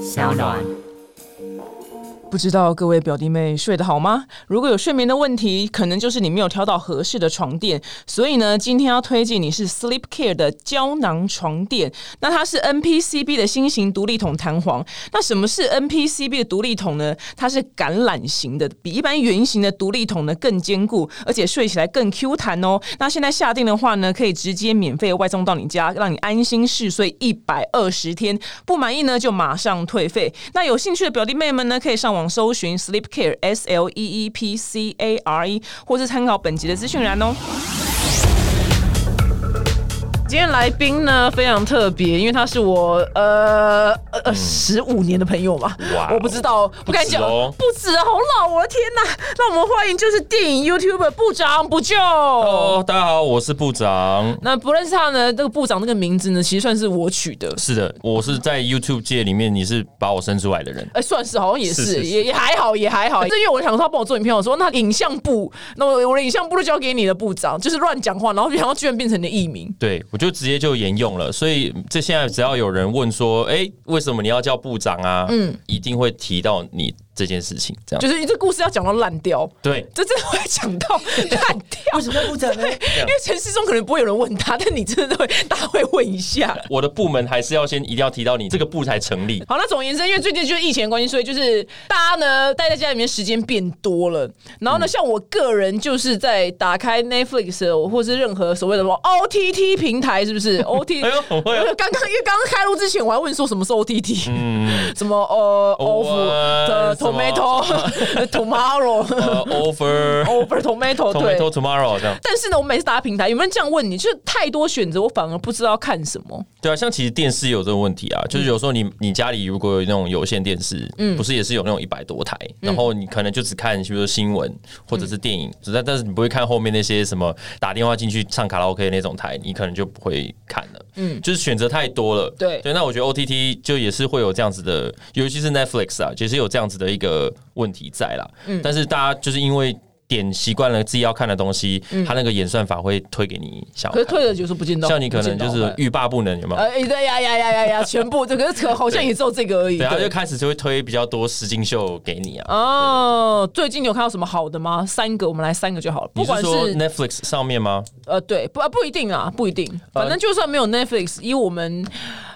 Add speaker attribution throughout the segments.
Speaker 1: 小暖。
Speaker 2: 不知道各位表弟妹睡得好吗？如果有睡眠的问题，可能就是你没有挑到合适的床垫。所以呢，今天要推荐你是 Sleep Care 的胶囊床垫。那它是 NPCB 的新型独立筒弹簧。那什么是 NPCB 的独立筒呢？它是橄榄型的，比一般圆形的独立筒呢更坚固，而且睡起来更 Q 弹哦。那现在下定的话呢，可以直接免费外送到你家，让你安心试睡一百二十天。不满意呢，就马上退费。那有兴趣的表弟妹们呢，可以上网搜寻 Sleep Care S L E E P C A R E，或是参考本集的资讯栏哦。今天来宾呢非常特别，因为他是我呃呃十五、15年的朋友嘛，
Speaker 1: 嗯哇哦
Speaker 2: 我不知道，不敢讲，
Speaker 1: 止哦
Speaker 2: 不止，好老，我的天哪！那我们欢迎就是电影 YouTuber 部长不就。
Speaker 1: 哦，大家好，我是部长。
Speaker 2: 那不认识他呢，这个部长这个名字呢，其实算是我取的，
Speaker 1: 是的，我是在 YouTube 界里面，你是把我生出来的人。
Speaker 2: 哎、算是好像也是，
Speaker 1: 是是是
Speaker 2: 也也还好，也还好。正因为我想说他帮我做影片，我说那影像部，那我我的影像部都交给你了，部长，就是乱讲话，然后没想到居然变成你的艺名。
Speaker 1: 对，我就直接就沿用了，所以这现在只要有人问说，哎、为什么你要叫部长啊？嗯，一定会提到你这件事情，这样
Speaker 2: 就是这故事要讲到烂掉，
Speaker 1: 对，
Speaker 2: 这真的会讲到烂掉。为什么部长呢？因为陈世忠可能不会有人问他，但你真的会，大家会问一下。
Speaker 1: 我的部门还是要先一定要提到你这个部才成立。
Speaker 2: 好，那总而言之，因为最近就是疫情的关系，所以就是大家呢待在家里面时间变多了。然后呢，像我个人就是在打开 Netflix 或是任何所谓的什么 OTT 平台，是不是 OT？
Speaker 1: 哎呦很会哦
Speaker 2: 我就刚刚因为刚刚开录之前，我还问说什么是 OTT，什么呃
Speaker 1: Over，
Speaker 2: Off 的
Speaker 1: 什么
Speaker 2: Tomato 呃 Tomorrow
Speaker 1: 呃，over
Speaker 2: Over Tomato 哦对
Speaker 1: tomato。tomorrow 这样，
Speaker 2: 但是呢，我每次打平台，有没有人这样问你？就是太多选择，我反而不知道看什么。
Speaker 1: 对啊，像其实电视也有这个问题啊，就是有时候你你家里如果有那种有线电视，嗯，不是也是有那种一百多台，然后你可能就只看比如说新闻或者是电影，只但但是你不会看后面那些什么打电话进去唱卡拉 OK 那种台，你可能就不会看了，嗯，就是选择太多了，
Speaker 2: 对
Speaker 1: 对，那我觉得 OTT 就也是会有这样子的，尤其是 Netflix 啊，也是有这样子的一个问题在啦，嗯，但是大家就是因为。点习惯了自己要看的东西，它那个演算法会推给你想要
Speaker 2: 可是
Speaker 1: 看
Speaker 2: 退了就是不见到，
Speaker 1: 像你可能
Speaker 2: 不见
Speaker 1: 就
Speaker 2: 到
Speaker 1: 是欲罢不能，有没有？
Speaker 2: 呃，对呀呀呀呀呀，全部这个 可好像也只有这个而已。
Speaker 1: 对，啊他就开始就会推比较多实境秀给你啊。
Speaker 2: 哦，最近有看到什么好的吗？三个，我们来三个就好了。不
Speaker 1: 你是
Speaker 2: 管
Speaker 1: 说
Speaker 2: 是
Speaker 1: Netflix 上面吗？
Speaker 2: 呃，对，不不一定啊，不一定。
Speaker 1: 呃
Speaker 2: 反正就算没有 Netflix，以我们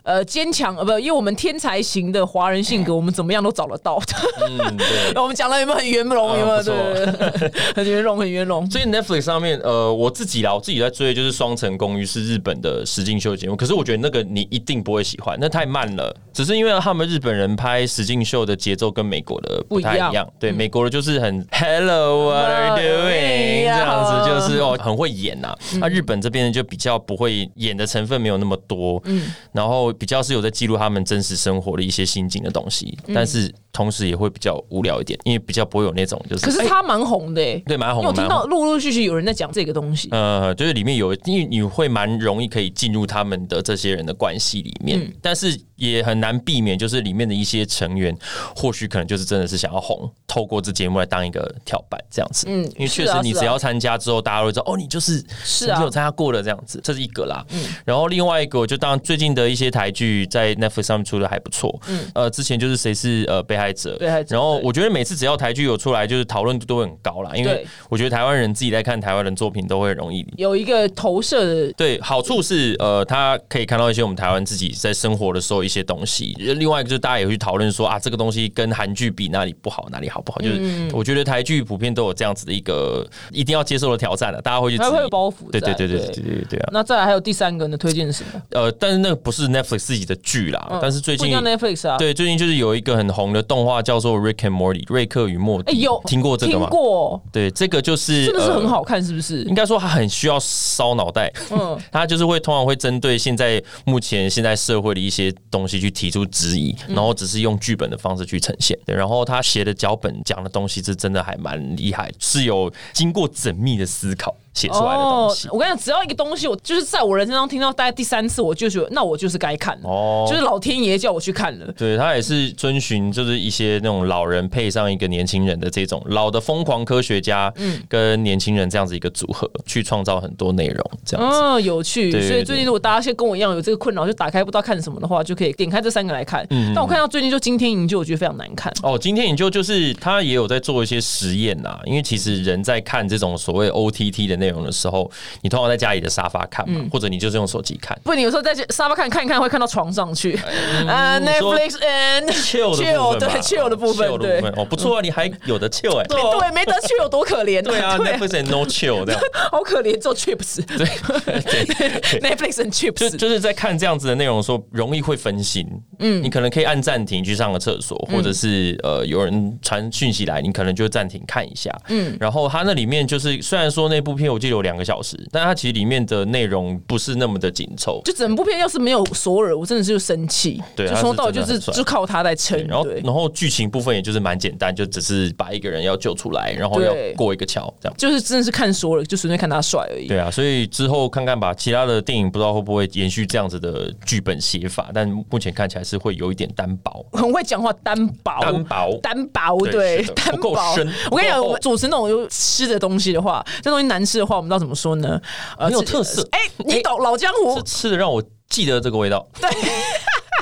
Speaker 2: 呃坚强呃不，以我们天才型的华人性格， 我们怎么样都找得到。
Speaker 1: 嗯，对。
Speaker 2: 我们讲了有没有很圆融？有没有？
Speaker 1: 嗯不错
Speaker 2: 对对，对很圆融，很圆 融。
Speaker 1: 所以 Netflix 上面，呃，我自己啦，我自己在追的就是《双层公寓》，是日本的实境秀节目。可是我觉得那个你一定不会喜欢，那太慢了。只是因为他们日本人拍实境秀的节奏跟美国的不太一样，
Speaker 2: 不一样嗯
Speaker 1: 对，美国的就是很 Hello what are you
Speaker 2: 哎
Speaker 1: doing 这样子，就是哦很会演呐、
Speaker 2: 嗯
Speaker 1: 那、日本这边就比较不会演的成分没有那么多，嗯，然后比较是有在记录他们真实生活的一些心境的东西，
Speaker 2: 嗯
Speaker 1: 但是同时也会比较无聊一点，因为比较不会有那种就是
Speaker 2: 可是
Speaker 1: 哎
Speaker 2: 他蛮红的欸，
Speaker 1: 对蛮红
Speaker 2: 因为我听
Speaker 1: 蛮红
Speaker 2: 到陆陆续续有人在讲这个东西。
Speaker 1: 呃，就是里面有，因为你会蛮容易可以进入他们的这些人的关系里面，
Speaker 2: 嗯
Speaker 1: 但是也很难避免，就是里面的一些成员，或许可能就是真的是想要红，透过这节目来当一个跳板这样子。嗯，因为确
Speaker 2: 是
Speaker 1: 实
Speaker 2: 啊
Speaker 1: 你
Speaker 2: 是啊
Speaker 1: 只要参加之后，大家都会知道哦，你就是
Speaker 2: 是
Speaker 1: 你
Speaker 2: 啊嗯
Speaker 1: 有参加过的这样子，这是一个啦。然后另外一个，我就当然最近的一些台剧在 Netflix 上面出的还不错。嗯，呃，之前就是谁是呃被害者，
Speaker 2: 被害者
Speaker 1: 然后
Speaker 2: 对
Speaker 1: 我觉得每次只要台剧有出来，就是讨论度都会很高啦，因
Speaker 2: 对
Speaker 1: 为我觉得台湾人自己在看台湾人作品都会很容易
Speaker 2: 有一个投射的
Speaker 1: 对，好处是呃，他可以看到一些我们台湾自己在生活的时候一些东西。另外一个就是大家也会去讨论说啊，这个东西跟韩剧比哪里不好，哪里好不好？
Speaker 2: 嗯
Speaker 1: 就是我觉得台剧普遍都有这样子的一个一定要接受的挑战的、啊大家会去质
Speaker 2: 还会有
Speaker 1: 疑。
Speaker 2: 包袱在。
Speaker 1: 对对对对对对对对啊！
Speaker 2: 那再来还有第三个呢？推荐是什么？
Speaker 1: 呃，但是那个不是 Netflix 自己的剧啦，嗯
Speaker 2: 嗯
Speaker 1: 但是最
Speaker 2: 不一
Speaker 1: 近
Speaker 2: 定要 Netflix 啊。
Speaker 1: 对最近就是有一个很红的动画叫做《Rick and Morty》瑞克与莫
Speaker 2: 哎、
Speaker 1: 蒂，
Speaker 2: 有
Speaker 1: 听过这个吗
Speaker 2: 听？过，
Speaker 1: 对，这个就是
Speaker 2: 真的是
Speaker 1: 呃
Speaker 2: 很好看，是不是？
Speaker 1: 应该说他很需要烧脑袋，
Speaker 2: 嗯
Speaker 1: 嗯， 他就是会通常会针对现在目前现在社会的一些东西去提出质疑，然后只是用剧本的方式去呈现。对，然后他写的脚本讲的东西是真的还蛮厉害，是有经过缜密的思考。写出来的东西。
Speaker 2: 哦我跟你讲，只要一个东西，我就是在我人生中听到大概第三次，我就觉得那我就是该看，
Speaker 1: 哦
Speaker 2: 就是老天爷叫我去看了。
Speaker 1: 对他也是遵循就是一些那种老人配上一个年轻人的这种老的疯狂科学家，跟年轻人这样子一个组合，去创造很多内容，这样子。
Speaker 2: 嗯，有趣。
Speaker 1: 对对
Speaker 2: 所以最
Speaker 1: 对
Speaker 2: 近如果大家先跟我一样有这个困扰，就打开不知道看什么的话，就可以点开这三个来
Speaker 1: 嗯
Speaker 2: 看。但我看到最近就《今天营救》，我觉得非常难看。
Speaker 1: 哦，今天研究就是他也有在做一些实验呐、因为其实人在看这种所谓 OTT 的内容的时候，你通常在家里的沙发看
Speaker 2: 嗯
Speaker 1: 嘛，或者你就是用手机看。
Speaker 2: 不，你有时候在沙发看看一看，会看到床上去。呃
Speaker 1: 你哎嗯说
Speaker 2: ，Netflix and
Speaker 1: chill 的部
Speaker 2: chill，
Speaker 1: 分吧
Speaker 2: 对 chill 的部分
Speaker 1: chill 的
Speaker 2: 对
Speaker 1: 部分哦，不错啊，你还有的 chill 哎、
Speaker 2: 没对，没得 chill 有多可怜？
Speaker 1: 对啊 n e t f l i x and no chill 这样，
Speaker 2: 好可怜，做 chips。对 ，Netflix and
Speaker 1: 就
Speaker 2: chips。
Speaker 1: 就是在看这样子的内容的时候，容易会分心。嗯，你可能可以按暂停去上个厕所，或者是呃有人传讯息来，你可能就暂停看一下。嗯，然后它那里面就是虽然说那部片我记得有两个小时，但它其实里面的内容不是那么的紧凑。
Speaker 2: 就整部片要是没有索尔，我真的是就生气。
Speaker 1: 对
Speaker 2: 就
Speaker 1: 他
Speaker 2: 从头
Speaker 1: 是
Speaker 2: 到尾就
Speaker 1: 真的
Speaker 2: 是
Speaker 1: 很帅
Speaker 2: 就靠他在撑。
Speaker 1: 然后，
Speaker 2: 对，
Speaker 1: 然后剧情部分也就是蛮简单，就只是把一个人要救出来，然后要
Speaker 2: 对
Speaker 1: 过一个桥这样。
Speaker 2: 就是真的是看索尔，就纯粹看他帅而已。
Speaker 1: 对啊，所以之后看看吧，其他的电影不知道会不会延续这样子的剧本写法，但目前看起来是会有一点单薄。
Speaker 2: 很会讲话，单薄，
Speaker 1: 单薄
Speaker 2: 单薄，
Speaker 1: 对
Speaker 2: 对，
Speaker 1: 是的
Speaker 2: 单
Speaker 1: 不够
Speaker 2: 薄
Speaker 1: 深。
Speaker 2: 我跟你讲，
Speaker 1: 不够
Speaker 2: 我们主持那种有吃的东西的话，这东西难吃的话，我们不知道怎么说呢？呃
Speaker 1: 很有
Speaker 2: 这
Speaker 1: 特色
Speaker 2: 哎，你懂老江湖
Speaker 1: 这，吃的让我记得这个味道。对，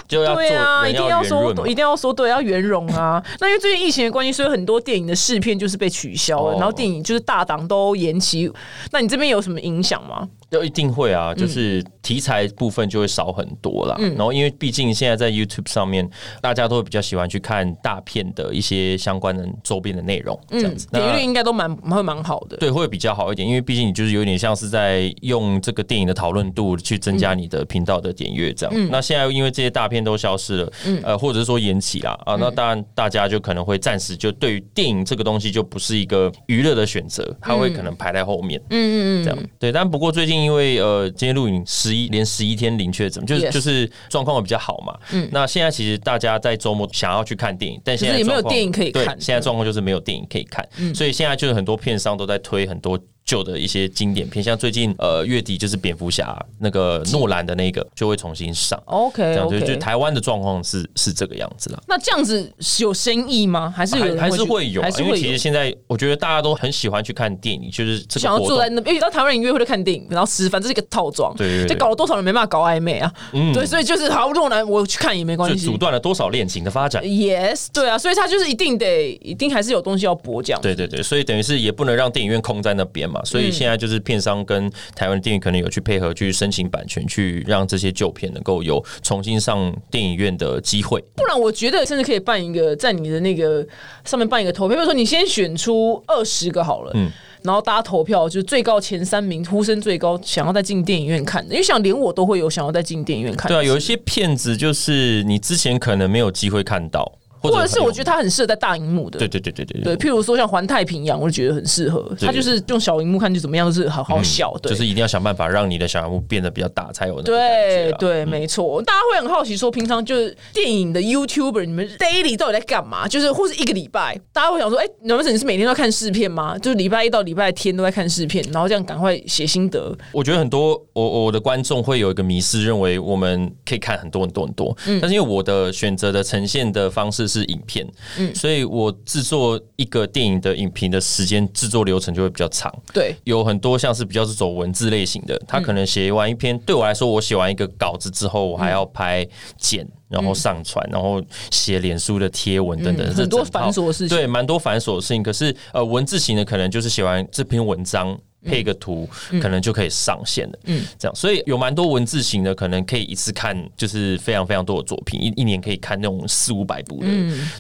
Speaker 1: 就要做
Speaker 2: 对啊，
Speaker 1: 人
Speaker 2: 一定
Speaker 1: 要
Speaker 2: 要
Speaker 1: 圆
Speaker 2: 说
Speaker 1: 润嘛，
Speaker 2: 一定要说对，要圆融啊。 那因为最近疫情的关系，所以很多电影的试片就是被取消了，
Speaker 1: 哦
Speaker 2: 然后电影就是大档都延期。那你这边有什么影响吗？
Speaker 1: 要一定会
Speaker 2: 嗯
Speaker 1: 啊，就是题材部分就会少很多啦。然后因为毕竟现在在 YouTube 上面，大家都会比较喜欢去看大片的一些相关的周边的内容，这样子。
Speaker 2: 点阅率
Speaker 1: 嗯那
Speaker 2: 应该都蛮会蛮好的。
Speaker 1: 对，会比较好一点，因为毕竟你就是有点像是在用这个电影的讨论度去增加你的频道的点阅这样。那现在因为这些大片都消失了，呃，或者是说延期啦，啊，那当然大家就可能会暂时就对于电影这个东西就不是一个娱乐的选择，它会可能排在后面。
Speaker 2: 嗯嗯
Speaker 1: 这样对，但不过最近因为呃，今天录影十一连十一天零确诊，就是
Speaker 2: Yes
Speaker 1: 就是状况会比较好嘛。嗯，那现在其实大家在周末想要去看电影，但现在
Speaker 2: 可是也没有
Speaker 1: 状况
Speaker 2: 电影可以
Speaker 1: 对
Speaker 2: 看嗯
Speaker 1: 现在状况就是没有电影可以看，所以现在就是很多片商都在推很多。旧的一些经典片，像最近呃月底就是蝙蝠侠那个诺兰的那个就会重新上，这
Speaker 2: ，OK
Speaker 1: 样就就
Speaker 2: 哎 OK。
Speaker 1: 台湾的状况是是这个样子啦。
Speaker 2: 那这样子有生意吗？还是有
Speaker 1: 还
Speaker 2: 人
Speaker 1: 还是
Speaker 2: 去
Speaker 1: 会有啊
Speaker 2: 还，是
Speaker 1: 因为
Speaker 2: 会
Speaker 1: 其实
Speaker 2: 有。
Speaker 1: 现在我觉得大家都很喜欢去看电影，就是这个
Speaker 2: 想要
Speaker 1: 活
Speaker 2: 坐在
Speaker 1: 动。
Speaker 2: 那边，因为到台湾人约会就看电影，然后吃饭，这是一个套装，
Speaker 1: 对对对
Speaker 2: 就搞了多少人没办法搞暧昧啊，对，所以就是好若男我去看也没
Speaker 1: 就
Speaker 2: 关系，
Speaker 1: 阻断了多少恋情的发展？
Speaker 2: Yes，对啊，所以他就是一定得，一定还是有东西要播这样。
Speaker 1: 对对对，所以等于是也不能让电影院空在那边嘛，
Speaker 2: 嗯
Speaker 1: 所以现在就是片商跟台湾的电影可能有去配合去申请版权，去让这些旧片能够有重新上电影院的机会。
Speaker 2: 不然我觉得甚至可以办一个，在你的那个上面办一个投票，比如说你先选出二十个好了，
Speaker 1: 嗯
Speaker 2: 然后大家投票，就是最高前三名呼声最高，想要再进电影院看的，因为想连我都会有想要再进电影院看的，
Speaker 1: 对啊，有一些片子就是你之前可能没有机会看到，或
Speaker 2: 或者是我觉得
Speaker 1: 得
Speaker 2: 他很适合在大荧幕的，
Speaker 1: 对对对对对嗯
Speaker 2: 对，譬如说像《环太平洋》，我就觉得很适合，他就是用小荧幕看就怎么样，就是好好笑，对，
Speaker 1: 嗯就是一定要想办法让你的小人物变得比较大，才有那个感
Speaker 2: 对
Speaker 1: 觉啊。
Speaker 2: 对，没错。大家会很好奇说，平常就是电影的 YouTuber，你们 daily 到底在干嘛？就是或是一个礼拜，大家会想说，哎、难不成你是每天都在看试片吗？就是礼拜一到礼拜天都在看试片，然后这样赶快写心得。
Speaker 1: 我觉得很多我我的观众会有一个迷失，认为我们可以看很多很多很多，
Speaker 2: 嗯
Speaker 1: 但是因为我的选择的呈现的方式是影片，
Speaker 2: 嗯
Speaker 1: 所以我制作一个电影的影评的时间制作流程就会比较长。
Speaker 2: 对，
Speaker 1: 有很多像是比较是走文字类型的，
Speaker 2: 嗯
Speaker 1: 他可能写完一篇，对我来说，我写完一个稿子之后，我还
Speaker 2: 嗯
Speaker 1: 要拍剪，然后上传，然后写脸书的贴文等等，
Speaker 2: 嗯
Speaker 1: 这
Speaker 2: 很多
Speaker 1: 整套
Speaker 2: 繁琐的事情
Speaker 1: 对，蛮多繁琐的事情。可是呃，文字型的可能就是写完这篇文章。配个图，可能就可以上线了。嗯，这样，所以有蛮多文字型的，可能可以一次看，就是非常非常多的作品，一一年可以看那种四五百部的。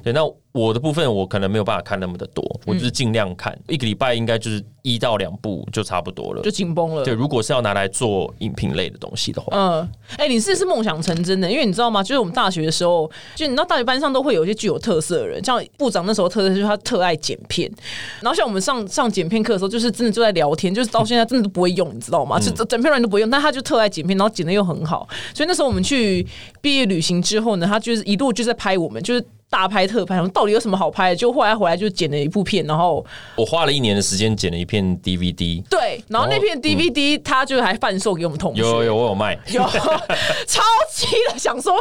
Speaker 1: 对，那我的部分我可能没有办法看那么的多，我就是尽量看，一个礼拜应该就是一到两部就差不多了
Speaker 2: 就。紧绷了
Speaker 1: 对，。如果是要拿来做影评类的东西的话，
Speaker 2: 嗯，哎、你是是梦想成真的，因为你知道吗？就是我们大学的时候，就你知道大学班上都会有一些具有特色的人，像部长那时候特色就是他特爱剪片，然后像我们上上剪片课的时候，就是真的就在聊天，就是到现在真的都不会用，你知道吗？就整整片人都不会用，但他就特爱剪片，然后剪的又很好，所以那时候我们去毕业旅行之后呢，他就是一路就在拍我们，就是大拍特拍，然后到底有什么好拍的？就后来回来就剪了一部片，然后
Speaker 1: 我花了一年的时间剪了一片 DVD，
Speaker 2: 对，然后那片 DVD 他就还贩售给我们同学。
Speaker 1: 有有我有卖，
Speaker 2: 有 超气的，想说，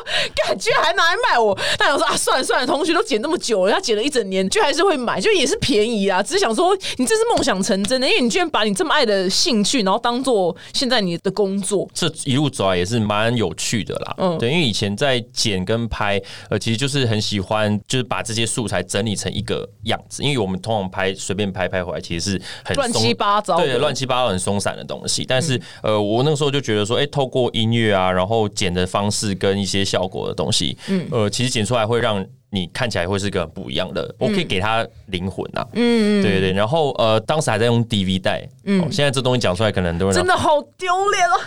Speaker 2: 感居然还拿来卖我。但想说啊，算了算了，同学都剪那么久了，他剪了一整年，就还是会买，就也是便宜啊。只是想说，你这是梦想成真的，因为你居然把你这么爱的兴趣，然后当做现在你的工作。
Speaker 1: 这一路走来也是蛮有趣的啦。嗯，对，因为以前在剪跟拍，呃，其实就是很喜欢，就是把这些素材整理成一个样子。因为我们通常拍随便拍拍回来，其实是很
Speaker 2: 乱
Speaker 1: 松
Speaker 2: 七八糟的嗯
Speaker 1: 对，乱七八糟很松散的东西。但是、呃，我那个时候就觉得说，哎、透过音乐啊，然后剪的方式跟一些效果的东西，嗯，呃，其实剪出来会让。你看起来会是个很不一样
Speaker 2: 嗯
Speaker 1: 的，我可以给它灵魂啊，嗯，对对对。然后呃，当时还在用 DV 带，嗯、现在这东西讲出来，可能很多人
Speaker 2: 真的好丢脸哦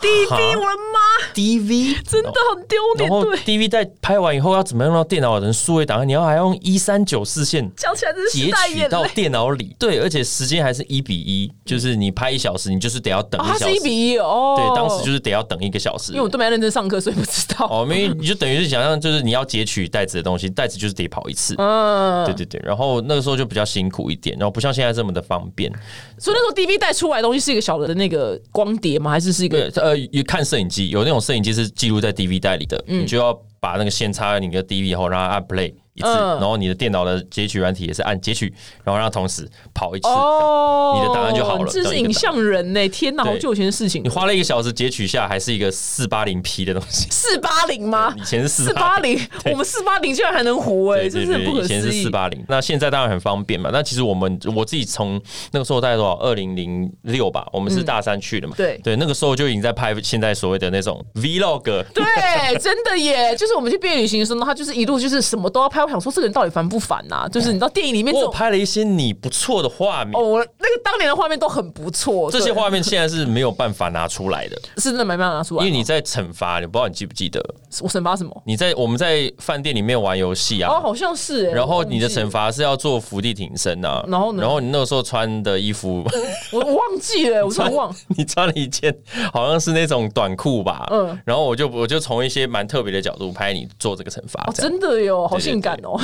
Speaker 2: d v
Speaker 1: 哈
Speaker 2: 我的妈，
Speaker 1: DV
Speaker 2: 真的很丢
Speaker 1: 然
Speaker 2: 脸。
Speaker 1: 后
Speaker 2: 对，
Speaker 1: DV 带拍完以后要怎么样到电脑的数位档案？你要还要用一三九四线
Speaker 2: 讲起来真是
Speaker 1: 截
Speaker 2: 时代
Speaker 1: 取
Speaker 2: 眼
Speaker 1: 到
Speaker 2: 泪。
Speaker 1: 电脑里，对，而且时间还是一比一，就是你拍一小时，你就是得要等
Speaker 2: 哦，
Speaker 1: 一
Speaker 2: 他
Speaker 1: 小
Speaker 2: 是一
Speaker 1: 时。
Speaker 2: 比一哦。
Speaker 1: 对，当时就是得要等一个小时
Speaker 2: 因为。我都没认真上课，所以不知道。
Speaker 1: 哦，没，你就等于是想象，就是你要截取袋子的东西，袋子就是得跑一次。
Speaker 2: 嗯，
Speaker 1: 对对对，然后那个时候就比较辛苦一点，然后不像现在这么的方便。
Speaker 2: 所以那时候 DV 带出来的东西是一个小的那个光碟吗？还是是一个
Speaker 1: 对，呃，有看摄影机，有那种摄影机是记录在 DV 带里的，
Speaker 2: 嗯
Speaker 1: 你就要把那个线插在你的 DV 后，让它按 play 一次，
Speaker 2: 嗯
Speaker 1: 然后你的电脑的截取软体也是按截取，然后让它同时跑一次。
Speaker 2: 哦，
Speaker 1: 你的档案就好了
Speaker 2: 这是影像人呢、天哪，
Speaker 1: 对
Speaker 2: 好久以前的事情。
Speaker 1: 你。花了一个小时截取下，还是一个四八零 P 的东西
Speaker 2: 四八零吗？
Speaker 1: 以前是
Speaker 2: 四八零，我们四八零竟然还能活哎、
Speaker 1: 对
Speaker 2: 真是
Speaker 1: 对对
Speaker 2: 很不
Speaker 1: 对，
Speaker 2: 可
Speaker 1: 以前是
Speaker 2: 思
Speaker 1: 四
Speaker 2: 议。
Speaker 1: 八零，那现在当然很方便嘛。那其实我们我自己从那个时候大概多少，二零零六吧，我们是大三去的嘛。
Speaker 2: 嗯对
Speaker 1: 对，那个时候就已经在拍现在所谓的那种 vlog，
Speaker 2: 对，真的耶！ 就是我们去毕业旅行的时候，他就是一路就是什么都要拍。我想说，这个人到底烦不烦呐、就是你知道电影里面这
Speaker 1: 哎我有
Speaker 2: 种
Speaker 1: 拍了一些你不错的画面
Speaker 2: 哦，。我那个当年的画面都很不错，
Speaker 1: 这些
Speaker 2: 对
Speaker 1: 画面现在是没有办法拿 出来的，
Speaker 2: 啊是真的没办法拿出
Speaker 1: 因
Speaker 2: 来。
Speaker 1: 为你在惩罚，你不知道你记不记得？
Speaker 2: 我惩罚什么？
Speaker 1: 你在我们在饭店里面玩游戏
Speaker 2: 哦，
Speaker 1: 啊，
Speaker 2: 好像是哎、
Speaker 1: 然后
Speaker 2: 我忘
Speaker 1: 你的
Speaker 2: 记了
Speaker 1: 惩罚是要做伏地挺身啊，
Speaker 2: 然后呢
Speaker 1: 然后你那个时候穿的衣服，
Speaker 2: 我我忘记了，我真的忘。
Speaker 1: 你穿了一件好像是那种短裤吧，
Speaker 2: 嗯
Speaker 1: 嗯，然后我就我就从一些蛮特别的角度拍你做这个惩罚
Speaker 2: 哦，，
Speaker 1: 这样
Speaker 2: 真的哟，好
Speaker 1: 对对
Speaker 2: 性感哦，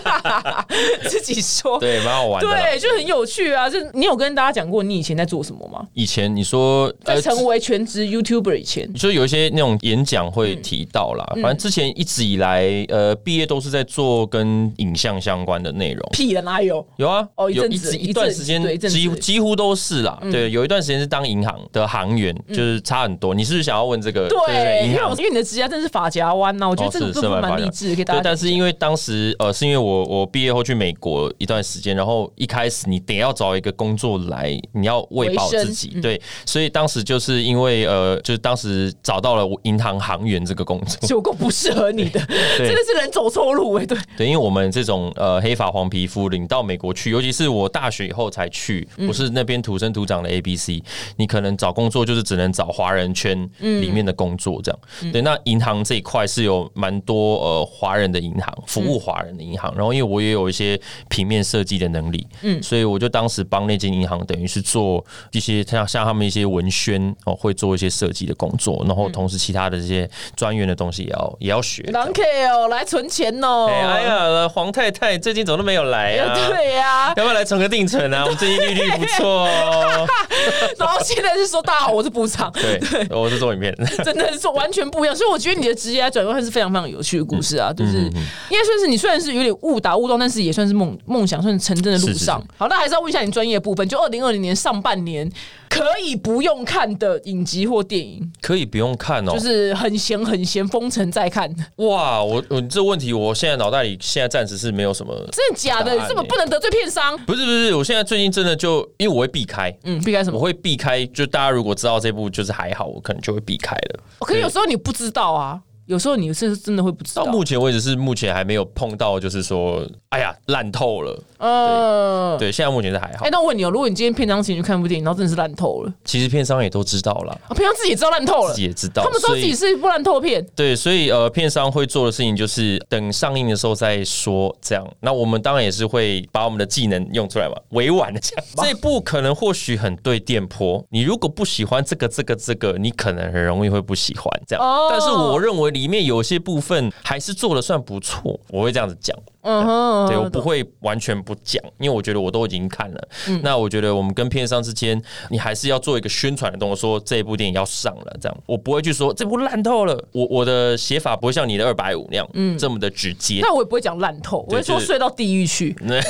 Speaker 2: 自己说。
Speaker 1: 对，蛮好玩的啦。
Speaker 2: 对，就很有趣啊！就你有跟大家讲过你以前在做什么吗？
Speaker 1: 以前你说
Speaker 2: 在
Speaker 1: 呃
Speaker 2: 成为全职 YouTuber 以前，
Speaker 1: 就有一些那种演讲会提到啦，
Speaker 2: 嗯
Speaker 1: 反正之前一直以来，呃，毕业都是在做跟影像相关的内容。
Speaker 2: 屁的哪有？
Speaker 1: 有啊，
Speaker 2: 哦一
Speaker 1: 有
Speaker 2: 阵
Speaker 1: 一
Speaker 2: 子
Speaker 1: 直
Speaker 2: 一
Speaker 1: 一段
Speaker 2: 阵
Speaker 1: 时
Speaker 2: 对一
Speaker 1: 间
Speaker 2: 阵
Speaker 1: 几
Speaker 2: 子嗯
Speaker 1: 几乎都是啦。对，有一段时间是当银行的行员，就是差很多。你是不是想要问这个？
Speaker 2: 对，因
Speaker 1: 银
Speaker 2: 为
Speaker 1: 行
Speaker 2: 我。因为你的职业真是发夹弯啊呐，我觉得
Speaker 1: 哦
Speaker 2: 这个
Speaker 1: 是
Speaker 2: 部
Speaker 1: 是
Speaker 2: 分
Speaker 1: 蛮
Speaker 2: 蛮
Speaker 1: 发夹
Speaker 2: 励志的，给大
Speaker 1: 对
Speaker 2: 家，讲。
Speaker 1: 但是因为当时呃，是因为我我毕业后去美国一段时间，然后一开始你得要找一个工作来，你要喂饱自己，
Speaker 2: 嗯
Speaker 1: 对，所以当时就是因为呃，就是当时找到了我银行行员这个工作，
Speaker 2: 结果不适合 你的，真的是人走错路哎、对，
Speaker 1: 对，因为我们这种呃黑发黄皮肤领到美国去，尤其是我大学以后才去，不是那边土生土长的 A B C，、你可能找工作就是只能找华人圈里面的工作这样。对，那银行这一块是有蛮多呃华人的银行，服务华人的银行。然后因为我也有一些平面设计的能力，嗯，所以我就当时帮那间银行等于是做一些像像他们一些文宣哦，会做一些设计的工作，然后同时其他的这些专员的东西也要也要学这样。
Speaker 2: 狼 K 哦，来存钱哦，哎
Speaker 1: 哎哎呀，黄太太最近怎么都没有来啊？
Speaker 2: 对呀、
Speaker 1: 要不要来存个定存啊？我们最近利率不错哦。
Speaker 2: 然后现在是说大家好，我是部长，
Speaker 1: 对，我是做影片。
Speaker 2: 真的是完全不一样。所以我觉得你的职业转换是非常非常有趣的故事
Speaker 1: 嗯
Speaker 2: 啊，就是应该算是你虽然是有点误打误撞，但是也算是梦梦想算是成真的路
Speaker 1: 是是
Speaker 2: 上。好，那还是要问一下你专业的部分，就二零二零年上半年可以不用看的影集或电影，
Speaker 1: 可以不用看哦
Speaker 2: 就。是很闲很闲，封城再看，真
Speaker 1: 哇，我我这问题，我现在脑袋里现在暂时是没有什么。
Speaker 2: 的假的
Speaker 1: 答？案
Speaker 2: 这么
Speaker 1: 欸
Speaker 2: 不能得罪片商？
Speaker 1: 不是不是，我现在最近真的就因为我会避开，
Speaker 2: 嗯，避开什
Speaker 1: 我
Speaker 2: 么？
Speaker 1: 会避开。就大家如果知道这部就是还好，我可能就会避开了。
Speaker 2: 可是有时候你不知道啊，有时候你是真的会不知道
Speaker 1: 到。目前为止是目前还没有碰到，就是说，哎呀烂透了。
Speaker 2: 嗯，
Speaker 1: 对，现在目前是还好
Speaker 2: 哎，。那我问你哦，如果你今天片商请你去看部电影，然后真的是烂透了，
Speaker 1: 其实片商也都知道了，
Speaker 2: 啊，片商自己也知道烂透了
Speaker 1: 自己，也知道，
Speaker 2: 他们知道
Speaker 1: 所
Speaker 2: 自
Speaker 1: 以
Speaker 2: 己是不烂透片。
Speaker 1: 对，所以呃，片商会做的事情就是等上映的时候再说，这样。那我们当然也是会把我们的技能用出来嘛，委婉的讲。这部可能或许很对电波，你如果不喜欢这个、这个、这个，你可能很容易会不喜欢这样。
Speaker 2: 哦
Speaker 1: 但是我认为里面有些部分还是做的算不错，我会这样子讲。
Speaker 2: 嗯哼，
Speaker 1: 对我不会完全不讲，因为我觉得我都已经看了。那我觉得我们跟片商之间，你还是要做一个宣传的动作，说这部电影要上了，这样我不会去说这部烂透了。我我的写法不会像你的二百五那样，这么的直接。
Speaker 2: 但我也不会讲烂透，我
Speaker 1: 对
Speaker 2: 会说
Speaker 1: 就是
Speaker 2: 睡到地狱去。
Speaker 1: 那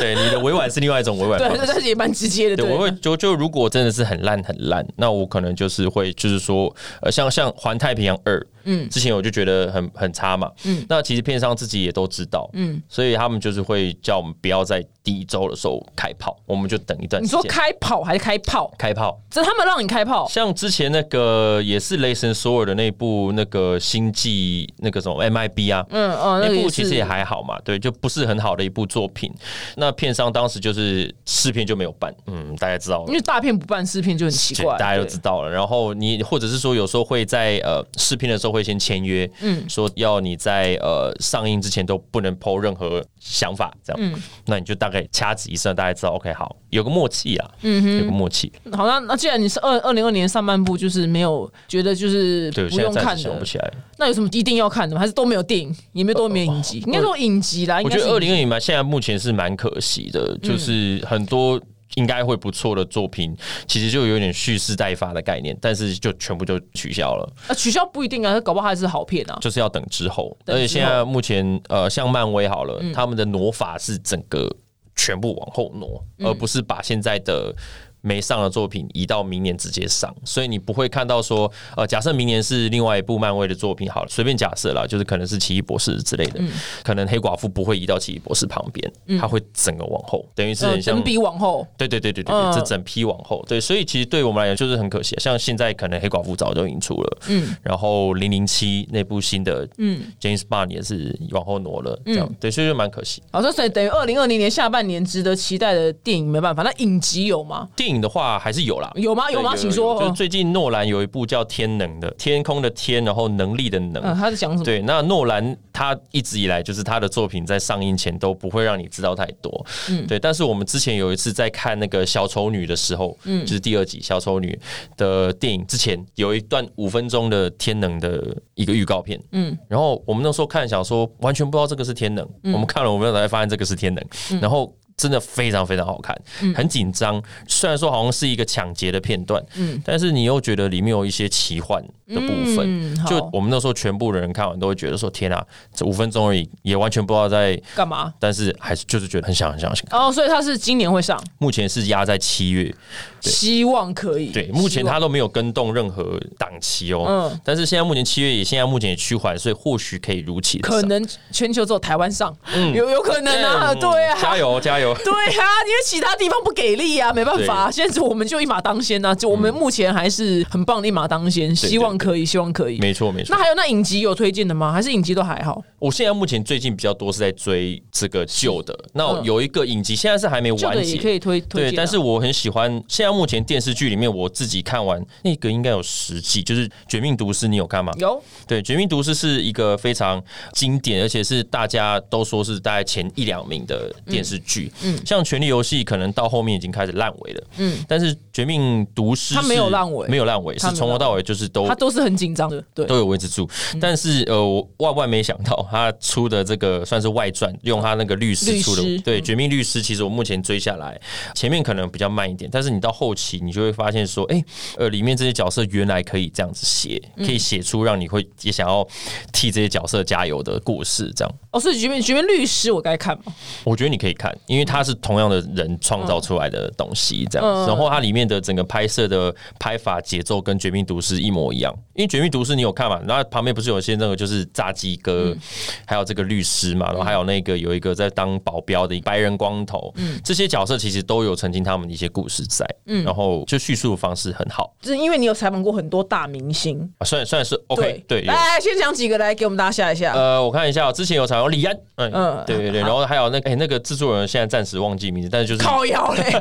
Speaker 1: 对你的委婉是另外一种委婉
Speaker 2: 对
Speaker 1: 方，式。
Speaker 2: 但是也蛮直接的。
Speaker 1: 对，
Speaker 2: 对，啊
Speaker 1: 我会就就如果真的是很烂很烂，那我可能就是会就是说，呃，像像《环太平洋二》，嗯，之前我就觉得很很差嘛，嗯，那其实片商自己也都知道，嗯，所以他们就是会叫我们不要在第一周的时候开炮，我们就等一段
Speaker 2: 你
Speaker 1: 时
Speaker 2: 说
Speaker 1: 间。
Speaker 2: 开炮还是开炮？
Speaker 1: 开炮，
Speaker 2: 这他们让你开炮，
Speaker 1: 像之前那个也是雷神索尔的那部那个星际那个什么 MIB 啊，
Speaker 2: 嗯哦，那
Speaker 1: 那
Speaker 2: 个
Speaker 1: 部
Speaker 2: 也
Speaker 1: 其实
Speaker 2: 是
Speaker 1: 也还好嘛，对，就不是很好的一部作品。那片商当时就是试片就没有办，嗯，大家知道了
Speaker 2: 因为大片不办试片就很奇怪，
Speaker 1: 大家都
Speaker 2: 对
Speaker 1: 知道了。然后你或者是说，有时候会在呃试片的时候会先签约，嗯，说要你在呃上映之前都不能抛任何想法，这样，
Speaker 2: 嗯
Speaker 1: 那你就大概掐指一算，大概知道 OK 好，有个默契啊，嗯有个默契。
Speaker 2: 好像那既然你是二二零二年上半部，就是没有觉得就是
Speaker 1: 对，我
Speaker 2: 不
Speaker 1: 现在
Speaker 2: 用
Speaker 1: 暂
Speaker 2: 看
Speaker 1: 时想
Speaker 2: 的
Speaker 1: 不，起来。哦
Speaker 2: 那有什么一定要看的吗？还是都没有电影，也没有都没有影集？应该说影集啦，
Speaker 1: 我
Speaker 2: 应
Speaker 1: 觉
Speaker 2: 该是嗯
Speaker 1: 得二
Speaker 2: 影集
Speaker 1: 零二零嘛，现在目前是蛮可惜的，就是很多。应该会不错的作品，其实就有点蓄势待发的概念，但是就全部就取消了。
Speaker 2: 啊取消不一定啊，搞不好还是好片啊。
Speaker 1: 就是要等之后。
Speaker 2: 等之后嗯
Speaker 1: 而且现在目前呃，像漫威好了，他们的挪法是整个全部往后挪，
Speaker 2: 嗯
Speaker 1: 而不是把现在的。没上的作品移到明年直接上，所以你不会看到说，呃，假设明年是另外一部漫威的作品，好了，随便假设啦，就是可能是奇异博士之类
Speaker 2: 嗯
Speaker 1: 的，可能黑寡妇不会移到奇异博士旁边，它会整个往后，等于是
Speaker 2: 呃
Speaker 1: 很
Speaker 2: 嗯
Speaker 1: 像
Speaker 2: 等比往后，
Speaker 1: 对对对对对，对，
Speaker 2: 嗯
Speaker 1: 这整批往后，对，所以其实对我们来讲就是很可惜啊。像现在可能黑寡妇早就已经出了，嗯，然后零零七那部新的，嗯，James Bond 也是往后挪了，这
Speaker 2: 嗯
Speaker 1: 样，对，所以就蛮可惜。
Speaker 2: 好哦像所以等于二零二零年下半年值得期待的电影没办法。那影集有吗？
Speaker 1: 电影的话还是有啦，
Speaker 2: 有吗？
Speaker 1: 对
Speaker 2: 有吗？请说。嗯哦
Speaker 1: 就是最近诺兰有一部叫《天能》的，天空的天，然后能力的能，
Speaker 2: 嗯，他在讲什么？
Speaker 1: 对，那诺兰他一直以来就是他的作品在上映前都不会让你知道太多，嗯，对。但是我们之前有一次在看那个小丑女的时候，嗯，就是第二集小丑女的电影之前有一段五分钟的天能的一个预告片，嗯，然后我们那时候看想说完全不知道这个是天能，我们看了我们才发现这个是天能，然后。真的非常非常好看，很紧张。虽然说好像是一个抢劫的片段，嗯，但是你又觉得里面有一些奇幻的部分，
Speaker 2: 嗯，好
Speaker 1: 就我们那时候全部的人看完都会觉得说：“天啊，这五分钟而已，也完全不知道在。
Speaker 2: 干嘛”？
Speaker 1: 但是还是就是觉得很想很想很想看。
Speaker 2: 哦，所以他是今年会上，
Speaker 1: 目前是压在七月，
Speaker 2: 希望可以。
Speaker 1: 对，目前
Speaker 2: 希望
Speaker 1: 它都没有跟动任何档期哦。
Speaker 2: 嗯
Speaker 1: 但是现在目前七月也现在目前也趋缓，所以或许可以如期地上
Speaker 2: 可能全球只有台湾上，有有可能啊，
Speaker 1: 嗯
Speaker 2: 对啊，
Speaker 1: 加油加 油！
Speaker 2: 对啊，因为其他地方不给力啊，没办法、啊。现在我们就一马当先啊，就我们目前还是很棒的一马当先，
Speaker 1: 嗯对
Speaker 2: 希望可以，希望可以。
Speaker 1: 没错没错
Speaker 2: 那，还有那影集有推荐的吗？还是影集都还好？
Speaker 1: 我现在目前最近比较多是在追这个旧的，那有一个影集现在是还没
Speaker 2: 嗯旧
Speaker 1: 完
Speaker 2: 的
Speaker 1: 结
Speaker 2: 也，可以推推荐啊、
Speaker 1: 对，但是我很喜欢。现在目前电视剧里面，我自己看完那个应该有十季，就是《绝命毒师》，你有看吗？
Speaker 2: 有
Speaker 1: 对，《绝命毒师》是一个非常经典，而且是大家都说是大概前一两名的电视剧。嗯，像《权力游戏》可能到后面已经开始烂尾了。嗯，但是《绝命毒师》
Speaker 2: 它没有
Speaker 1: 是
Speaker 2: 烂尾
Speaker 1: 没有烂尾，
Speaker 2: 它
Speaker 1: 是
Speaker 2: 没有
Speaker 1: 从头到尾就是都
Speaker 2: 他都是很紧张的，对，嗯
Speaker 1: 都有维持住。但是呃，我万万没想到他出的这个算是外传，用他那个律师
Speaker 2: 律
Speaker 1: 出的
Speaker 2: 师嗯
Speaker 1: 对《绝命律师》，其实我目前追下来，前面可能比较慢一点，但是你到后期你就会发现说，哎、呃，里面这些角色原来可以这样子写，
Speaker 2: 嗯
Speaker 1: 可以写出让你会也想要替这些角色加油的故事。这样，
Speaker 2: 哦，所以局面局面律师我该看吗？
Speaker 1: 我觉得你可以看，因为它是同样的人创造出来的东西，这
Speaker 2: 嗯
Speaker 1: 样。
Speaker 2: 嗯嗯
Speaker 1: 然后它里面的整个拍摄的拍法、节奏跟《绝命毒师》一模一样。因为《绝命毒师》你有看嘛？然后旁边不是有一些那个就是炸鸡哥，
Speaker 2: 嗯
Speaker 1: 还有这个律师嘛，然后还有那个有一个在当保镖的白人光头，
Speaker 2: 嗯
Speaker 1: 这些角色其实都有曾经他们的一些故事在，然后就叙述的方式很好。
Speaker 2: 就是因为你有采访过很多大明星，
Speaker 1: 啊虽然虽然是 OK，对，有呃
Speaker 2: 来来先讲几个来给我们大家下一下。
Speaker 1: 呃，我看一下哦，之前有采访李安，嗯，
Speaker 2: 嗯
Speaker 1: 对对对，然后还有那个、哎那个制作人现在暂时忘记名字，但是就是
Speaker 2: 靠腰 嘞，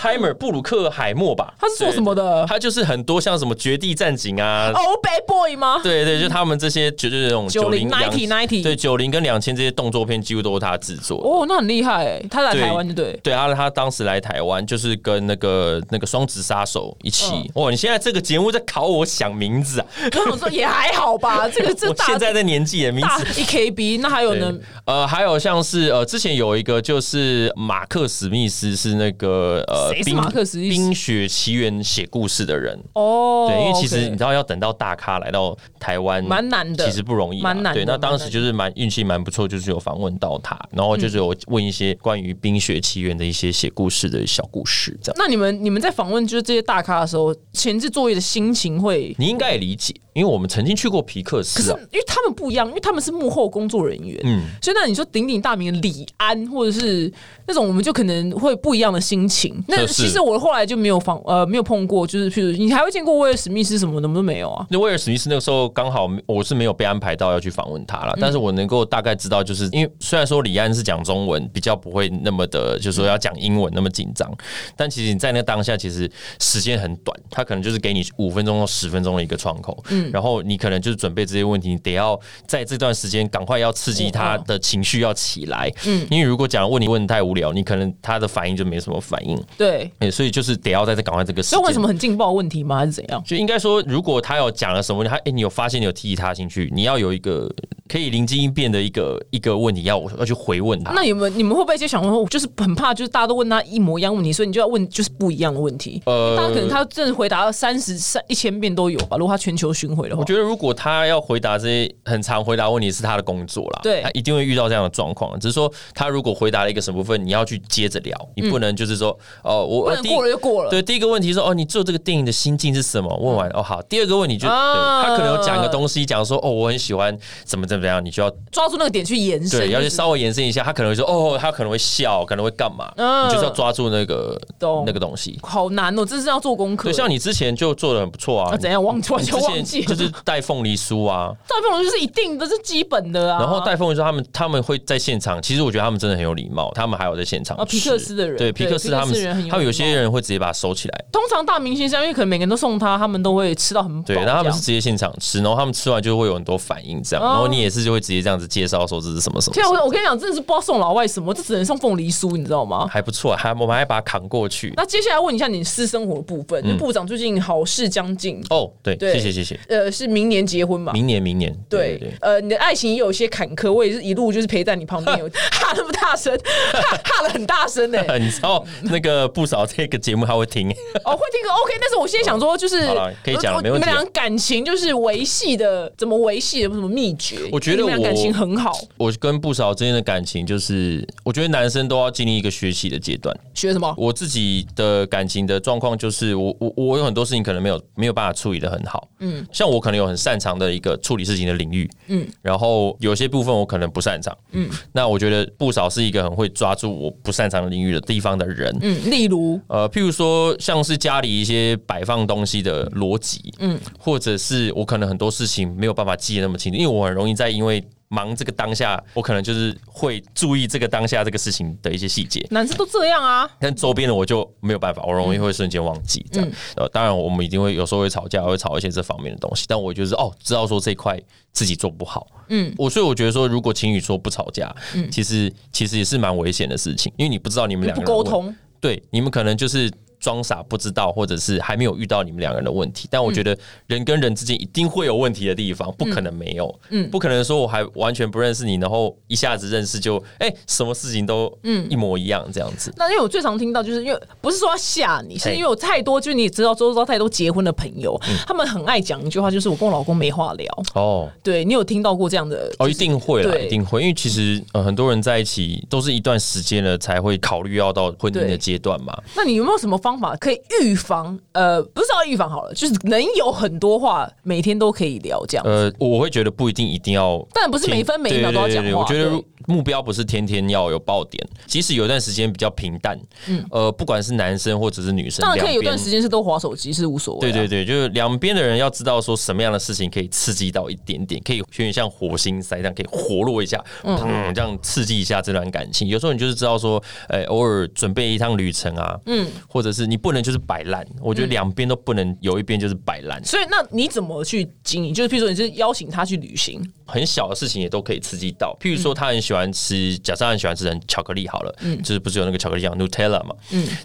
Speaker 1: Heimer 布鲁克海默吧。呃
Speaker 2: 他是做什么的
Speaker 1: 对他就是很多像什么绝地战警啊，
Speaker 2: 欧北 boy 吗？
Speaker 1: 对对，就他们这些就是那种九零、
Speaker 2: 90 90
Speaker 1: 对九零跟两千这些动作片几乎都是他制作的。
Speaker 2: 哦，那很厉害哎，他来
Speaker 1: 对
Speaker 2: 台湾就对，
Speaker 1: 对，他他当时来台湾就是跟那个那个双子杀手一起。
Speaker 2: 嗯
Speaker 1: 哇，你现在这个节目在考我想名字啊！
Speaker 2: 我想说也还好 吧，这个这
Speaker 1: 我
Speaker 2: 大
Speaker 1: 现在的年纪也名
Speaker 2: 大
Speaker 1: 字。
Speaker 2: 一 KB，那还有呢
Speaker 1: 对？呃，还有像是呃，之前有一个就是马克史密斯是那个呃，
Speaker 2: 谁是
Speaker 1: 冰
Speaker 2: 马克史密斯
Speaker 1: 冰雪奇缘写故事的人。
Speaker 2: 哦，
Speaker 1: 对，因为其实
Speaker 2: OK
Speaker 1: 你知道，要等到大咖来到台湾，
Speaker 2: 蛮难的
Speaker 1: 其实不容易啊，
Speaker 2: 蛮难的
Speaker 1: 对，那当
Speaker 2: 蛮难的嗯
Speaker 1: 时就是蛮运气蛮不错，就是有访问到他，然后就是有问一些关于《冰雪奇缘》的一些写故事的小故事，这样。
Speaker 2: 那你们你们在访问就是这些大咖的时候，前置作业的心情会，
Speaker 1: 你应该也理解，因为我们曾经去过皮克
Speaker 2: 可是
Speaker 1: 斯、啊。
Speaker 2: 因为他们不一样，因为他们是幕后工作人员，
Speaker 1: 嗯
Speaker 2: 所以那你说鼎鼎大名的李安或者是那种，我们就可能会不一样的心情。那
Speaker 1: 这是
Speaker 2: 其实我后来就没有访呃没有碰过，就是譬如你还会见过威尔史密斯什么的吗，都没有啊。
Speaker 1: 那威尔史密斯那个时候刚好我是没有被安排到要去访问他
Speaker 2: 嗯
Speaker 1: 了，但是我能够大概知道，就是因为虽然说李安是讲中文，比较不会那么的，就
Speaker 2: 嗯
Speaker 1: 是说要讲英文那么紧张，但其实你在那当下，其实时间很短，他可能就是给你五分钟到十分钟的一个窗口，
Speaker 2: 嗯
Speaker 1: 然后你可能就是准备这些问题，你得要在这段时间赶快要刺
Speaker 2: 嗯
Speaker 1: 激他的情绪要起来，嗯，因为如果讲问你问得太无聊，你可能他的反应就没什么反应，
Speaker 2: 对，
Speaker 1: 哎，所以就是得要在这赶快这个时
Speaker 2: 所以问
Speaker 1: 间
Speaker 2: 什。么很劲爆的问题吗？还是怎样？
Speaker 1: 就应该说，如果他有讲了什么，他哎、诶你有发现你有提起他兴趣，你要有一个可以灵机应变的一个一个问题，要要去回问他。
Speaker 2: 那有没有你们会不会就想说，我就是很怕，就是大家都问他一模一样问题，所以你就要问就是不一样的问题。
Speaker 1: 呃
Speaker 2: 大家可能他真的回答三十三一千遍都有吧。如果他全球巡回的话
Speaker 1: 我，觉得如果他要回答这些很常回答问题是他的工作啦，
Speaker 2: 对
Speaker 1: 他一定会遇到这样的状况。只是说他如果回答了一个什么部分，你要去接着聊，你不能就是说哦，我
Speaker 2: 嗯不
Speaker 1: 呃
Speaker 2: 能
Speaker 1: 第一
Speaker 2: 过了就过了。
Speaker 1: 对，第一个问题说哦，你做这个电影的心境是什么？问完哦好，第二个问题就、
Speaker 2: 啊
Speaker 1: 对他可能有讲一个东西，讲说哦我很喜欢怎么怎么样，你就要
Speaker 2: 抓住那个点去延伸，
Speaker 1: 对，要
Speaker 2: 就
Speaker 1: 去
Speaker 2: 是
Speaker 1: 稍微延伸一下，他可能会说哦，他可能会笑，可能会干嘛，
Speaker 2: 嗯
Speaker 1: 你就是要抓住那个
Speaker 2: 懂
Speaker 1: 那个东西。
Speaker 2: 好难哦，这是要做功课。
Speaker 1: 对，像你之前就做的很不错啊
Speaker 2: 啊，怎样忘记完
Speaker 1: 你
Speaker 2: 全
Speaker 1: 之
Speaker 2: 忘
Speaker 1: 前
Speaker 2: 记了，
Speaker 1: 就是带凤梨酥啊，
Speaker 2: 赵凤龙就是一定的，这是基本的啊。
Speaker 1: 然后带凤梨酥他们他们会在现场，其实我觉得他们真的很有礼貌，他们还有在现场
Speaker 2: 啊皮
Speaker 1: 吃
Speaker 2: 克斯的人
Speaker 1: 对皮
Speaker 2: 对
Speaker 1: 克
Speaker 2: 皮
Speaker 1: 斯
Speaker 2: 克
Speaker 1: 他
Speaker 2: 斯人很
Speaker 1: 们
Speaker 2: 有
Speaker 1: 他们有
Speaker 2: 礼貌
Speaker 1: 些人会直接把它收起来，
Speaker 2: 通常大明星像因为可能每个人都送他，他们都会吃到很饱这
Speaker 1: 对，
Speaker 2: 样。
Speaker 1: 然后他们是直接现场吃，然后他们吃完就会有很多反应
Speaker 2: 哦
Speaker 1: 这样，然后你也是就会直接这样子介绍说这是什么什么
Speaker 2: 天啊，
Speaker 1: 什么，
Speaker 2: 我我跟你讲，真的是不知道送老外什么，这只能送凤梨酥，你知道吗？
Speaker 1: 还不错，还我们还把它扛过去。
Speaker 2: 那接下来问一下你私生活的部
Speaker 1: 嗯
Speaker 2: 分，就部长最近好事将近，
Speaker 1: 哦，对，
Speaker 2: 对
Speaker 1: 谢谢谢谢，
Speaker 2: 呃，是明年结婚嘛？
Speaker 1: 明年明年，
Speaker 2: 对
Speaker 1: 对对。
Speaker 2: 呃，你的爱情也有一些坎坷，我也是一路就是陪在你旁边， 有哈那么大声，哈哈的很大声欸呢、
Speaker 1: 你知道那个不少这个节目他会听，
Speaker 2: 哦，会听歌 OK，但是我现在想说，就是
Speaker 1: 好了可以讲了
Speaker 2: 我
Speaker 1: 没问题啊
Speaker 2: 你们俩感情就是维系的，怎么维系的？有什么秘诀？
Speaker 1: 我觉得
Speaker 2: 你们俩
Speaker 1: 我
Speaker 2: 感情很好，
Speaker 1: 我跟不少之间的感情就是，我觉得男生都要经历一个学习的阶段。
Speaker 2: 学什么？
Speaker 1: 我自己的感情的状况就是我，我我有很多事情可能没有没有办法处理的很好，嗯，像我可能有很擅长的一个处理事情的领域，嗯，然后有些部分我可能不擅长，嗯，那我觉得不少是一个很会抓住我不擅长领域的地方的人，
Speaker 2: 嗯，例如
Speaker 1: 呃，譬如说像是家里一些摆放东西的逻辑，嗯，或者是我可能很多事情没有办法记得那么清楚，因为我很容易在因为忙这个当下，我可能就是会注意这个当下这个事情的一些细节。
Speaker 2: 男生都这样啊，
Speaker 1: 但周边的我就没有办法，我容易会瞬间忘记这样。
Speaker 2: 嗯
Speaker 1: 呃，当然我们一定会有时候会吵架，会吵一些这方面的东西。但我就是哦，知道说这一块自己做不好，嗯，我所以我觉得说，如果情侣说不吵架，
Speaker 2: 嗯
Speaker 1: 其实其实也是蛮危险的事情，因为你不知道你们两
Speaker 2: 不
Speaker 1: 个人
Speaker 2: 沟
Speaker 1: 问
Speaker 2: 通。
Speaker 1: 对，你们可能就是装傻不知道，或者是还没有遇到你们两个人的问题。但我觉得人跟人之间一定会有问题的地方，不可能没有，嗯，不可能说我还完全不认识你，然后一下子认识就哎、什么事情都嗯一模一样这样子。
Speaker 2: 那因为我最常听到，就是因为不是说要吓你，是
Speaker 1: 嘿嗯
Speaker 2: 因为我太多，就是你也知道周遭太多结婚的朋友，他们很爱讲一句话，就是我跟我老公没话聊。
Speaker 1: 哦
Speaker 2: 对你有听到过这样的？
Speaker 1: 哦，一定会啦，
Speaker 2: 对
Speaker 1: 一定会，因为其实呃很多人在一起都是一段时间了才会考虑要到婚姻
Speaker 2: 对
Speaker 1: 的阶段嘛。
Speaker 2: 那你有没有什么方法可以预防？呃，不是要预防好了，就是能有很多话每天都可以聊这样。
Speaker 1: 呃，我会觉得不一定一定要，
Speaker 2: 但不是每分每秒都要讲话
Speaker 1: 对对对对我觉得如目标不是天天要有爆点，即使有一段时间比较平淡，嗯，呃，不管是男生或者是女生，
Speaker 2: 当然可以有
Speaker 1: 两边
Speaker 2: 段时间是都划手机是无所谓、
Speaker 1: 对
Speaker 2: 啊。
Speaker 1: 对对，就是两边的人要知道说什么样的事情可以刺激到一点点，可以有点像火星塞这样，可以活络一下，嗯，这样刺激一下这段感情。有时候你就是知道说，哎、偶尔准备一趟旅程啊，嗯，或者是你不能就是摆烂，我
Speaker 2: 嗯
Speaker 1: 觉得两边都不能有一边就是摆烂，
Speaker 2: 所以那你怎么去经营？就是譬如说你是邀请他去旅行，
Speaker 1: 很小的事情也都可以刺激到。譬如说，他很喜欢吃，假设他很喜欢吃巧克力好了，就是不是有那个巧克力叫 Nutella 嘛，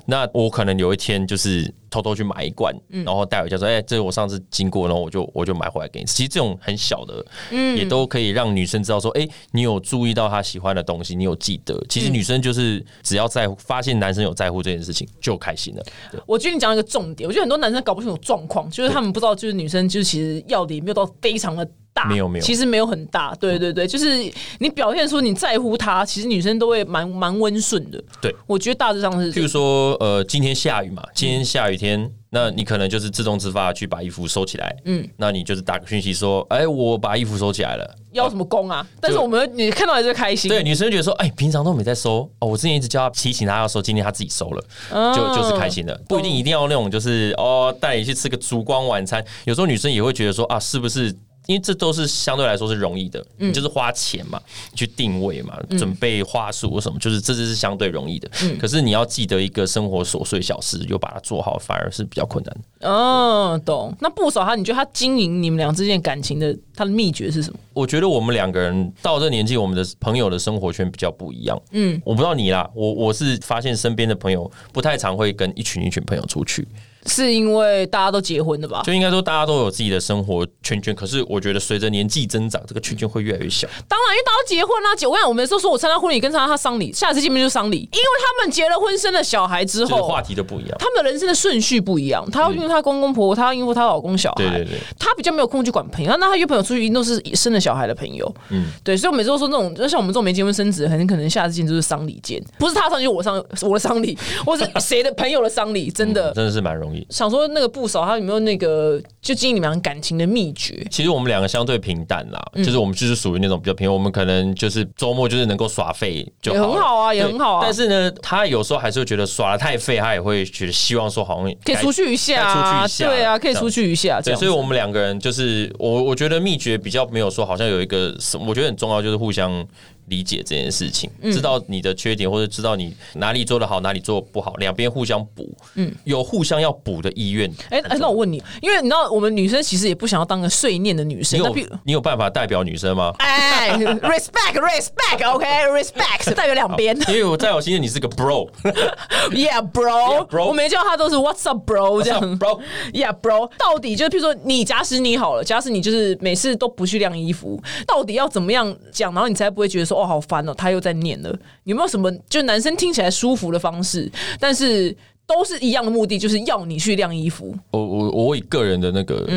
Speaker 1: 那我可能有一天就是偷偷去买一罐，然后带回家说，哎、这个我上次经过，然后我就我就买回来给你吃。其实这种很小的，也都可以让女生知道说，哎、你有注意到她喜欢的东西，你有记得。其实女生就是只要在乎，发现男生有在乎这件事情就开心了。对
Speaker 2: 我觉得你讲到一个重点，我觉得很多男生搞不清楚状况，就是他们不知道，就是女生就是其实要的也没有到非常的大，
Speaker 1: 没有没有
Speaker 2: 其实没有很大，对对对，就是你表现出你在乎她，其实女生都会蛮蛮温顺的。
Speaker 1: 对
Speaker 2: 我觉得大致上是这
Speaker 1: 譬如
Speaker 2: 样，
Speaker 1: 说，呃，今天下雨嘛，今天下雨天，那你可能就是自动自发地去把衣服收起来，嗯，那你就是打个讯息说，哎、我把衣服收起来了。
Speaker 2: 要什么功啊？但是我们你看到还是开心，
Speaker 1: 哦对，女生觉得说，哎、平常都没在收哦，我之前一直叫她提醒她要收，今天她自己收了，就就是开心的，不一定一定要那种就是哦，带你去吃个烛光晚餐，有时候女生也会觉得说啊，是不是？因为这都是相对来说是容易的，你就是花钱嘛，去定位嘛，准备话术或什么，就是这就是相对容易的。可是你要记得一个生活琐碎小事，又把它做好，反而是比较困难的。
Speaker 2: 嗯，懂。那不少他，你觉得他经营你们俩之间感情的他的秘诀是什么？
Speaker 1: 我觉得我们两个人到这年纪，我们的朋友的生活圈比较不一样。嗯，我不知道你啦，我我是发现身边的朋友不太常会跟一群一群朋友出去，
Speaker 2: 是因为大家都结婚了吧？
Speaker 1: 就应该说大家都有自己的生活圈圈。可是我觉得随着年纪增长，这个圈圈会越来越小。
Speaker 2: 当然，因为大家都结婚啦、结我跟你讲，我们都说我参加婚礼跟参加他丧礼，下一次见面就是丧礼，因为他们结了婚生了小孩之
Speaker 1: 这个
Speaker 2: 后，
Speaker 1: 话题都不一样。
Speaker 2: 他们的人生的顺序不一样，她要应付她公公婆婆，她要应付她老公小孩，
Speaker 1: 对对对
Speaker 2: 她比较没有空去管朋友。那她约朋友出去，一定都是生了小孩的朋友，嗯，对，所以我每次都说那种，就像我们这种没结婚生子的，很可能下次见就是丧礼见，不是她丧礼，就是我丧我的丧礼， 或是谁的朋友的丧礼，真的。
Speaker 1: 真的是蛮容易。
Speaker 2: 想说那个不少，他有没有那个就经营你们俩感情的秘诀？
Speaker 1: 其实我们两个相对平淡啦，
Speaker 2: 嗯
Speaker 1: 就是我们就是属于那种比较平，我们可能就是周末就是能够耍废就好了，
Speaker 2: 也很好啊也
Speaker 1: 对
Speaker 2: 很好啊
Speaker 1: 但是呢，他有时候还是会觉得耍的太废，他也会觉得希望说好像
Speaker 2: 可以
Speaker 1: 该
Speaker 2: 出去一下啊，
Speaker 1: 该出去一下
Speaker 2: 对啊，可以出去一下，这
Speaker 1: 对，
Speaker 2: 样子。
Speaker 1: 所以我们两个人就是我，我觉得秘诀比较没有说，好像有一个什，我觉得很重要，就是互相理解这件事情，
Speaker 2: 嗯
Speaker 1: 知道你的缺点或者知道你哪里做得好，哪里做不好，两边互相补，嗯，有互相要补的意愿。
Speaker 2: 哎、哎那我问你，因为你知道我们女生其实也不想要当个碎念的女
Speaker 1: 你
Speaker 2: 生，那
Speaker 1: 有
Speaker 2: 比如
Speaker 1: 你有办法代表女生吗？
Speaker 2: 哎，respect，respect，OK，respect，代 表两边
Speaker 1: 因为我在我心里你是个 bro，
Speaker 2: ，Yeah bro，,
Speaker 1: Yeah, bro
Speaker 2: 我没叫他都是 What's up bro 这样
Speaker 1: bro。
Speaker 2: Yeah bro，到底就是譬如说你假使你好了，假使你就是每次都不去晾衣服，到底要怎么样讲，然后你才不会觉得说哦好烦哦，他又在念了，有没有什么就男生听起来舒服的方式，但是都是一样的目的，就是要你去晾衣服，
Speaker 1: 我我我以个人的那个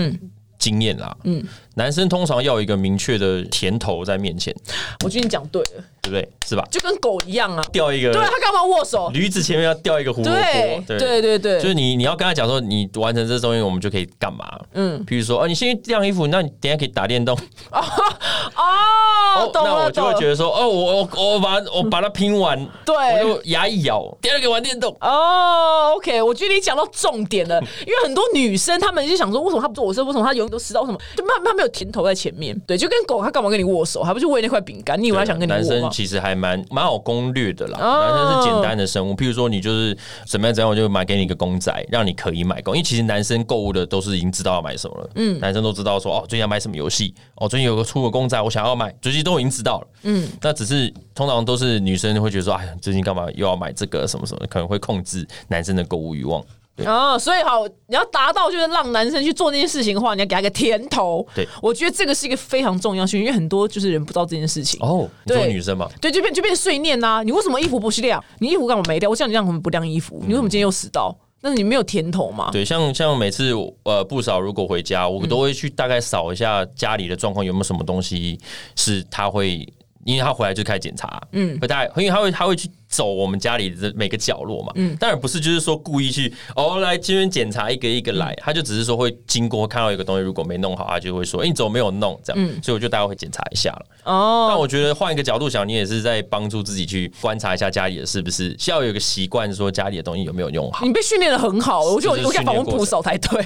Speaker 1: 经验啦，嗯，男生通常要有一个明确的甜头在面前，
Speaker 2: 我觉得你讲对了，
Speaker 1: 对不对？是吧？
Speaker 2: 就跟狗一样啊，
Speaker 1: 掉一个
Speaker 2: 对啊，他干嘛握手？
Speaker 1: 驴子前面要掉一个胡萝
Speaker 2: 对
Speaker 1: 卜，
Speaker 2: 对对对，
Speaker 1: 就是你你要跟他讲说，你完成这东西，我们就可以干嘛？嗯，比如说，哦，你先去晾衣服，那你等一下可以打电动。
Speaker 2: 哦，懂
Speaker 1: 那
Speaker 2: 了，
Speaker 1: 我
Speaker 2: 懂
Speaker 1: 就会
Speaker 2: 了，
Speaker 1: 觉得说，哦，我我我把我把它拼完，
Speaker 2: 对
Speaker 1: 我就牙一咬，等一下可以玩电动。
Speaker 2: 哦、o k 我觉得你讲到重点 了，因为很多女生她们就想说，为什么她不做我事，为什么她永远都迟到，为什么？就她她没有甜头在前面，对，就跟狗，它干嘛跟你握手，还不去喂那块饼干？你以为它想跟你
Speaker 1: 男
Speaker 2: 握
Speaker 1: 生
Speaker 2: 吗？
Speaker 1: 其实还蛮蛮好攻略的啦，
Speaker 2: 哦
Speaker 1: 男生是简单的生物，譬如说你就是怎么样怎么样，我就买给你一个公仔，让你可以买公，因为其实男生购物的都是已经知道要买什么了，嗯，男生都知道说哦，最近要买什么游戏，哦，最近有个出个公仔，我想要买，最近都已经知道了，嗯，那只是通常都是女生会觉得说，哎呀，最近干嘛又要买这个什么什么，可能会控制男生的购物欲望。
Speaker 2: 啊、所以好，你要达到就是让男生去做那件事情的话，你要给他一个甜头。
Speaker 1: 对
Speaker 2: 我觉得这个是一个非常重要性，因为很多就是人不知道这件事情。
Speaker 1: 哦，你说
Speaker 2: 对
Speaker 1: 女生嘛，
Speaker 2: 对，就变就变碎念呐、你为什么衣服不去晾？你衣服干嘛没晾？我叫你晾，我们不晾衣服，你为什么今天又迟到？那你没有甜头嘛？
Speaker 1: 对，像像每次呃不少如果回家，我都会去大概扫一下家里的状况，有没有什么东西是他会，因为他回来就开始检查，嗯，会大概，因为他会他会去走我们家里的每个角落嘛。嗯，当然不是就是说故意去哦来这边检查一个一个来，他就只是说会经过看到一个东西，如果没弄好，他就会说、哎，你怎么没有弄这样。所以我就大概会检查一下了。但
Speaker 2: 哦，
Speaker 1: 我觉得换一个角度想，你也是在帮助自己去观察一下家里的是不是，是要有一个习惯，说家里的东西有没有用好。
Speaker 2: 你被训练的很好，我觉得我
Speaker 1: 这
Speaker 2: 应
Speaker 1: 是
Speaker 2: 该访问
Speaker 1: 训练过程
Speaker 2: 捕手才对。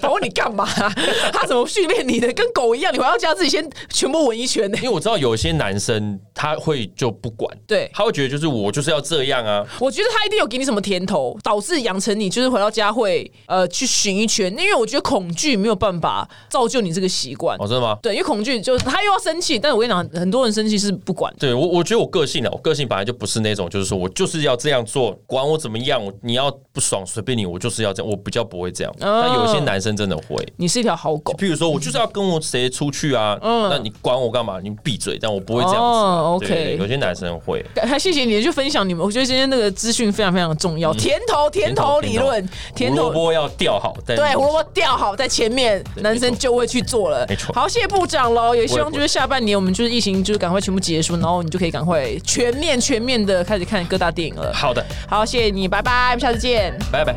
Speaker 2: 访问你干嘛？啊 他怎么训练你的？跟狗一样，你回到家自己先全部闻一圈呢、
Speaker 1: 因为我知道有些男生他会就不管，
Speaker 2: 对
Speaker 1: 他会觉得就是我就是要这样啊，
Speaker 2: 我觉得他一定有给你什么甜头，导致养成你就是回到家会呃去寻一圈，因为我觉得恐惧没有办法造就你这个习惯。
Speaker 1: 哦，真的吗？
Speaker 2: 对，因为恐惧就是他又要生气，但是我跟你讲，很多人生气是不管的。
Speaker 1: 对我，我觉得我个性啊，我个性本来就不是那种，就是说我就是要这样做，管我怎么样，我你要不爽随便你，我就是要这样，我比较不会这样。
Speaker 2: 哦
Speaker 1: 但有些男生真的会，
Speaker 2: 你是一条好狗。
Speaker 1: 譬如说我就是要跟我谁出去啊，那你管我干嘛？你闭嘴！但我不会这样子啊、
Speaker 2: 嗯哦，OK
Speaker 1: 对对对有些男生会，
Speaker 2: 还谢谢你去分享你们，我觉得今天那个资讯非常非常重
Speaker 1: 嗯
Speaker 2: 要。甜头，甜头理论，甜
Speaker 1: 胡萝
Speaker 2: 头。
Speaker 1: 卜要掉好，但
Speaker 2: 对，胡萝卜掉好在前面，男生就会去做了。
Speaker 1: 没错
Speaker 2: 好，谢谢部长喽，也希望
Speaker 1: 不会
Speaker 2: 就是下半年我们就是疫情就是赶快全部结束，然后你就可以赶快全面全面的开始看各大电影了。
Speaker 1: 好的，
Speaker 2: 好，谢谢你，拜拜，我们下次见。
Speaker 1: 拜拜。